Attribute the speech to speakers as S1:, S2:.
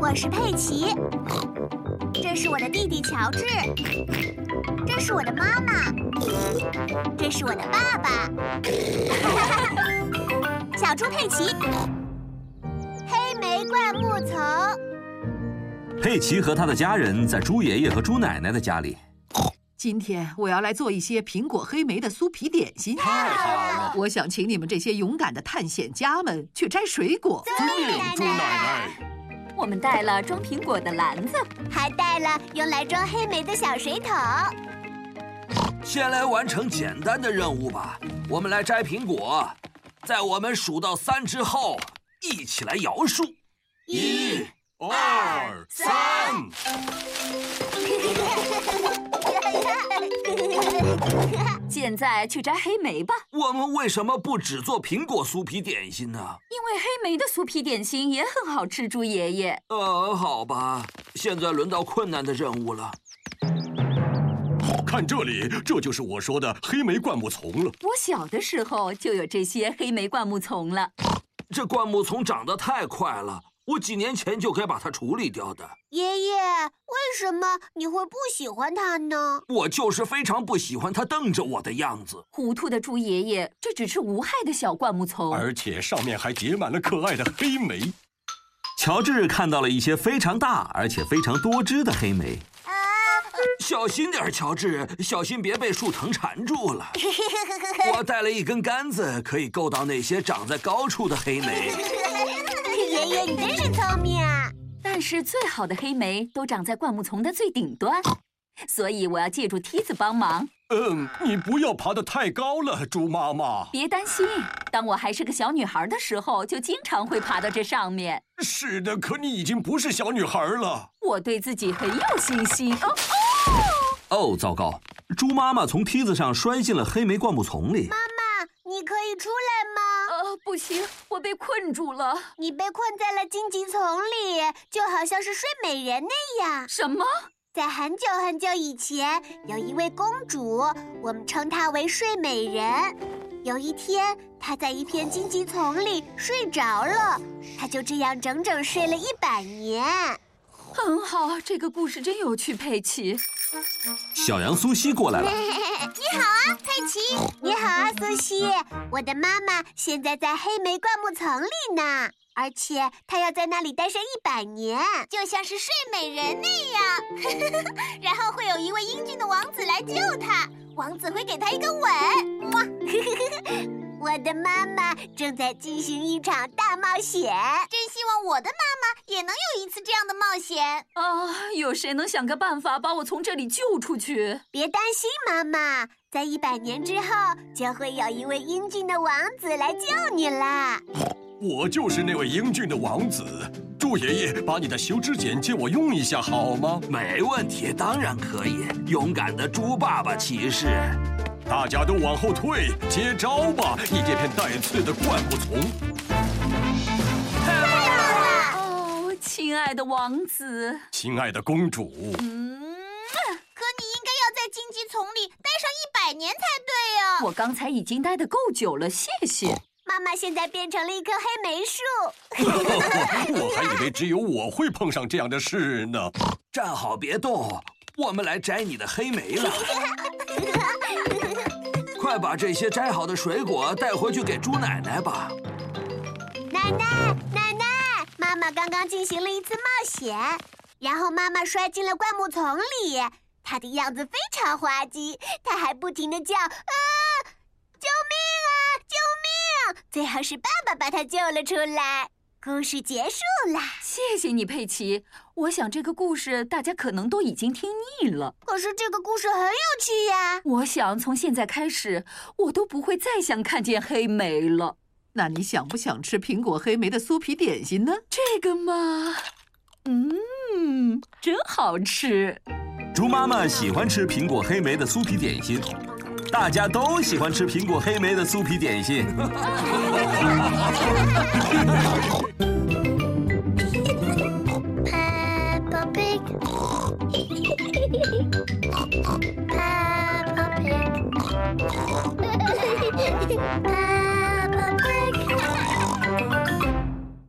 S1: 我是佩奇，这是我的弟弟乔治，这是我的妈妈，这是我的爸 爸，小猪佩奇，黑莓灌木丛，
S2: 佩奇和他的家人在猪爷爷和猪奶奶的家里。
S3: 今天我要来做一些苹果黑莓的酥皮点心。太
S1: 好了！
S3: 我想请你们这些勇敢的探险家们去摘水果。
S1: 对，
S4: 猪奶奶。
S5: 我们带了装苹果的篮子，
S1: 还带了用来装黑莓的小水桶。
S6: 先来完成简单的任务吧。我们来摘苹果，在我们数到三之后，一起来摇树。
S4: 一、二、三，
S5: 现在去摘黑莓吧，
S6: 我们为什么不只做苹果酥皮点心呢？
S5: 因为黑莓的酥皮点心也很好吃。猪爷爷，
S6: 呃，好吧，现在轮到困难的任务了。
S4: 看这里，这就是我说的黑莓灌木丛了。
S5: 我小的时候就有这些黑莓灌木丛了。
S6: 这灌木丛长得太快了，我几年前就该把它处理掉的。
S1: 爷爷，为什么你会不喜欢它呢？
S6: 我就是非常不喜欢它瞪着我的样子。
S5: 糊涂的猪爷爷，这只是无害的小灌木丛。
S4: 而且上面还结满了可爱的黑莓，
S2: 乔治看到了一些非常大而且非常多汁的黑莓。
S6: 小心点儿，乔治，小心别被树藤缠住了。我带了一根杆子，可以够到那些长在高处的黑莓。
S1: 爷爷，你真是聪明啊！
S5: 但是最好的黑莓都长在灌木丛的最顶端，所以我要借助梯子帮忙。
S4: 嗯，你不要爬得太高了，猪妈妈。
S5: 别担心，当我还是个小女孩的时候，就经常会爬到这上面。
S4: 是的，可你已经不是小女孩了。
S5: 我对自己很有信心。哦，
S2: 哦，糟糕！猪妈妈从梯子上摔进了黑莓灌木丛里。
S1: 妈妈，你可以出来吗？
S5: 呃，不行，我被困住了。
S1: 你被困在了荆棘丛里，就好像是睡美人那样。
S5: 什么？
S1: 在很久很久以前，有一位公主，我们称她为睡美人。有一天，她在一片荆棘丛里睡着了，她就这样整整睡了一百年。
S5: 很好，这个故事真有趣，佩奇。
S2: 小羊苏西过来了，
S1: 你好啊，佩奇！你好啊，苏西！我的妈妈现在在黑莓灌木丛里呢，而且她要在那里待上一百年，就像是睡美人那样。 然后会有一位英俊的王子来救她，王子会给她一个吻。哇！ 我的妈妈正在进行一场大冒险，真希望我的妈妈也能有一次这样的冒险。
S5: 啊，有谁能想个办法把我从这里救出去？
S1: 别担心，妈妈，在一百年之后，就会有一位英俊的王子来救你啦！
S4: 我就是那位英俊的王子。猪爷爷，把你的修指剪借我用一下好吗？
S6: 没问题，当然可以。勇敢的猪爸爸骑士，
S4: 大家都往后退，接招吧！你这片带刺的灌木丛，
S5: 哦，亲爱的王子，
S4: 亲爱的公主，
S1: 可你应该要在荆棘丛里待上一百年才对哦呀、
S5: 我刚才已经待得够久了，谢谢。
S1: 妈妈现在变成了一棵黑莓树，
S4: 我还以为只有我会碰上这样的事呢。
S6: 站好别动，我们来摘你的黑莓了。快把这些摘好的水果带回去给猪奶奶吧。
S1: 奶奶，奶奶，妈妈刚刚进行了一次冒险，然后妈妈摔进了灌木丛里，她的样子非常滑稽，她还不停的叫啊，救命啊，救命！最后是爸爸把她救了出来。故事结束啦。
S5: 谢谢你，佩奇。我想这个故事大家可能都已经听腻了。
S1: 可是这个故事很有趣呀！
S5: 我想从现在开始，我都不会再想看见黑莓了。
S3: 那你想不想吃苹果黑莓的酥皮点心呢？
S5: 这个嘛，嗯，真好吃。
S2: 猪妈妈喜欢吃苹果黑莓的酥皮点心，大家都喜欢吃苹果黑莓的酥皮点心。